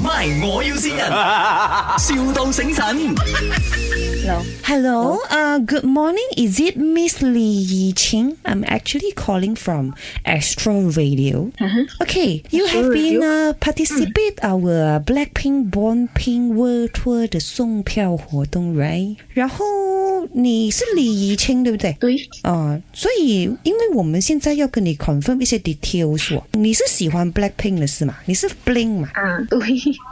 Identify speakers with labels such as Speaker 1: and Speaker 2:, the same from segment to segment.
Speaker 1: ，MY 我要 先人，,笑到醒神。
Speaker 2: No.
Speaker 3: Hello, uh, good morning. Is it Miss Li Yi Qing? I'm actually calling from Astro Radio. Okay, you
Speaker 2: Uh-huh. Astro
Speaker 3: have been
Speaker 2: Radio? Hmm.
Speaker 3: uh, participate our Blackpink Born Pink World Tour 的送票活动，right？然后你是李怡清对不对？
Speaker 2: 对，
Speaker 3: 啊、所以因为我们现在要跟你 confirm 一些 details，哦你是喜欢 Blackpink 的是吗？你是 Bling 嘛？
Speaker 2: 啊，对，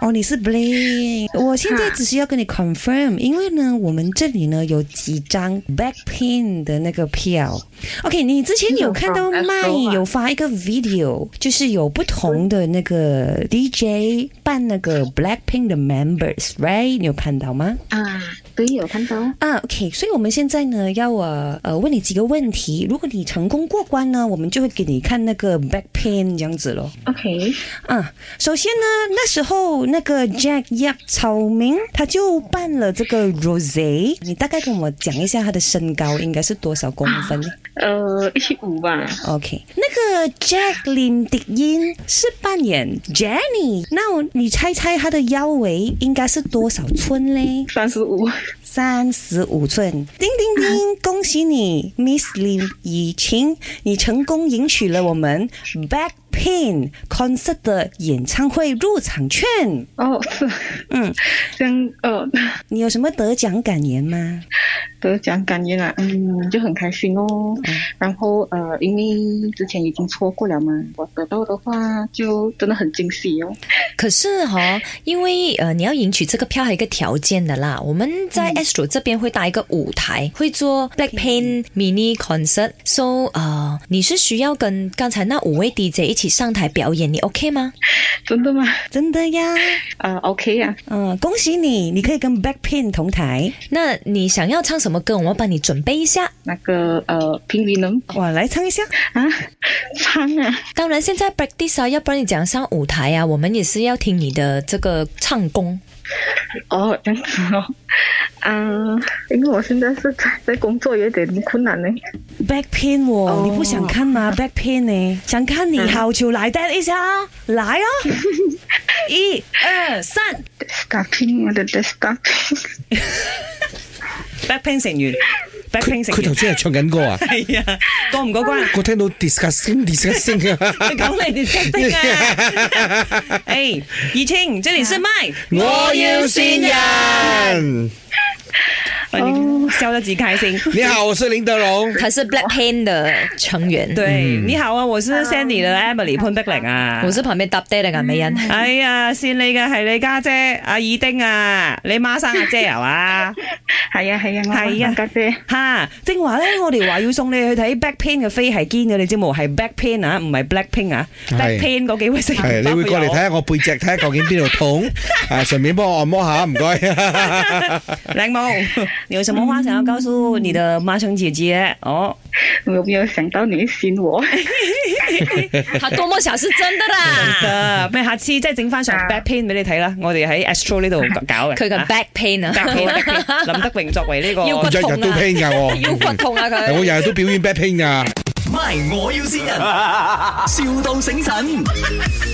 Speaker 3: 哦，你是 Bling，我现在只是要跟你 confirm，因为呢，我们这里呢有几张 Blackpink 的那个票。OK，你之前有看到
Speaker 2: 嗯好
Speaker 3: 麦
Speaker 2: 好好
Speaker 3: 有发一个 video，就是有不同的那个 DJ 扮那个 Blackpink 的 members，right？你有看到吗？
Speaker 2: 啊，对，有看到。
Speaker 3: 啊，OK，所以我们现在呢要呃呃问你几个问题，如果你成功过关呢，我们就会给你看那个 Blackpink 这样子咯。
Speaker 2: OK，
Speaker 3: 啊，首先呢，那时候那个 Jack Yap 草明他就办了这个 Rose，你大概跟我讲一下他的身高应该是多少公分呢
Speaker 2: 呃，一起五吧。
Speaker 3: ？OK，那个 Jack Lim 迪音是扮演 Jenny，那我你猜猜他的腰围应该是多少寸嘞？
Speaker 2: 三十五，
Speaker 3: 三十五寸。叮叮叮，恭喜你，Miss Lim 以晴，你成功赢取了我们 Backpin Concert 的演唱会入场券。
Speaker 2: 哦，是，
Speaker 3: 嗯，
Speaker 2: 这样，呃，
Speaker 3: 你有什么得奖感言吗？
Speaker 2: 得奖感言啊，嗯，就很开心哦。然后，呃，因为之前已经错过了嘛，我得到的话就真的很惊喜哦。
Speaker 4: 可是哈、因为呃，你要赢取这个票还有一个条件的啦。我们在 Astro 这边会搭一个舞台，会做 Blackpink mini concert。So 呃，你是需要跟刚才那五位 DJ 一起上台表演，你 OK 吗？
Speaker 2: 真的吗？
Speaker 3: 真的呀，
Speaker 2: 啊，OK 啊，
Speaker 3: 嗯、恭喜你，你可以跟 Backpin 同台。
Speaker 4: 那你想要唱什么歌，我要帮你准备一下。
Speaker 2: 那个，呃，评理能
Speaker 3: 哇，来唱一下。
Speaker 2: 啊，唱啊，
Speaker 4: 当然，现在 practice 啊，要不然你讲上舞台啊，我们也是要听你的这个唱功。
Speaker 2: 哦，这样子哦。嗯，因为我现在是在在工作，有点困难呢。
Speaker 3: Backpin 我、
Speaker 2: 哦
Speaker 3: 你不想看吗？Backpin 呢、想看你好球来带一下啊，来啊！一二三
Speaker 2: Stopping，我的 stopping。
Speaker 3: ，Backpin 成员，Backpin 成
Speaker 5: 佢頭
Speaker 3: 員，
Speaker 5: 先係唱緊歌啊！
Speaker 3: 係啊，過唔過關啊？
Speaker 5: 我聽到 discussing discussing 啊！
Speaker 3: 佢講你哋識 的啊！哎，怡清，這裡是麥，
Speaker 5: 我要先人，
Speaker 3: 哦，笑得幾開心。
Speaker 5: 你好，我是林德榮。
Speaker 4: 他是 Blackpink 的成员，
Speaker 3: 对，你好啊，我是 Sandy 的 Emily 潘碧玲啊。
Speaker 4: 我是旁边搭爹的颜美欣。
Speaker 3: 哎呀，善你嘅係你家姐阿爾丁啊，你孖生阿姐又 啊。
Speaker 2: 系啊系啊，我
Speaker 3: 係啊
Speaker 2: 家姐。
Speaker 3: 吓，正話咧，我哋話要送你去睇 Backpin 嘅飛係堅嘅，你知冇？係 Backpin 啊，唔係 Blackpink 啊
Speaker 5: 係
Speaker 3: ，Backpin 嗰幾位成
Speaker 5: 系，
Speaker 3: 員
Speaker 5: 你會過嚟睇下我背脊，睇下究竟邊度 痛，啊，順便幫我按摩下，唔該。
Speaker 3: 靚 冇？你有什麼話想要告訴你的孖生姐姐？ 哦，
Speaker 2: 我有没有想到你信我？
Speaker 4: 他多么想是真的 啦。
Speaker 3: 得咩？下次即係整翻上 Backpin 俾你睇啦，我哋喺 Astro 呢度搞嘅。
Speaker 4: 佢嘅 back pain 啊，
Speaker 3: Backpin Backpin，林德榮作為呢個
Speaker 4: 要骨
Speaker 5: 日日都
Speaker 4: 痛啊，
Speaker 5: 拼㗎我，
Speaker 4: 腰骨痛啊
Speaker 5: 我
Speaker 4: 佢。
Speaker 5: 日日都表演 b a c k p i n 㗎。
Speaker 1: MY 我要先人，,笑到醒神。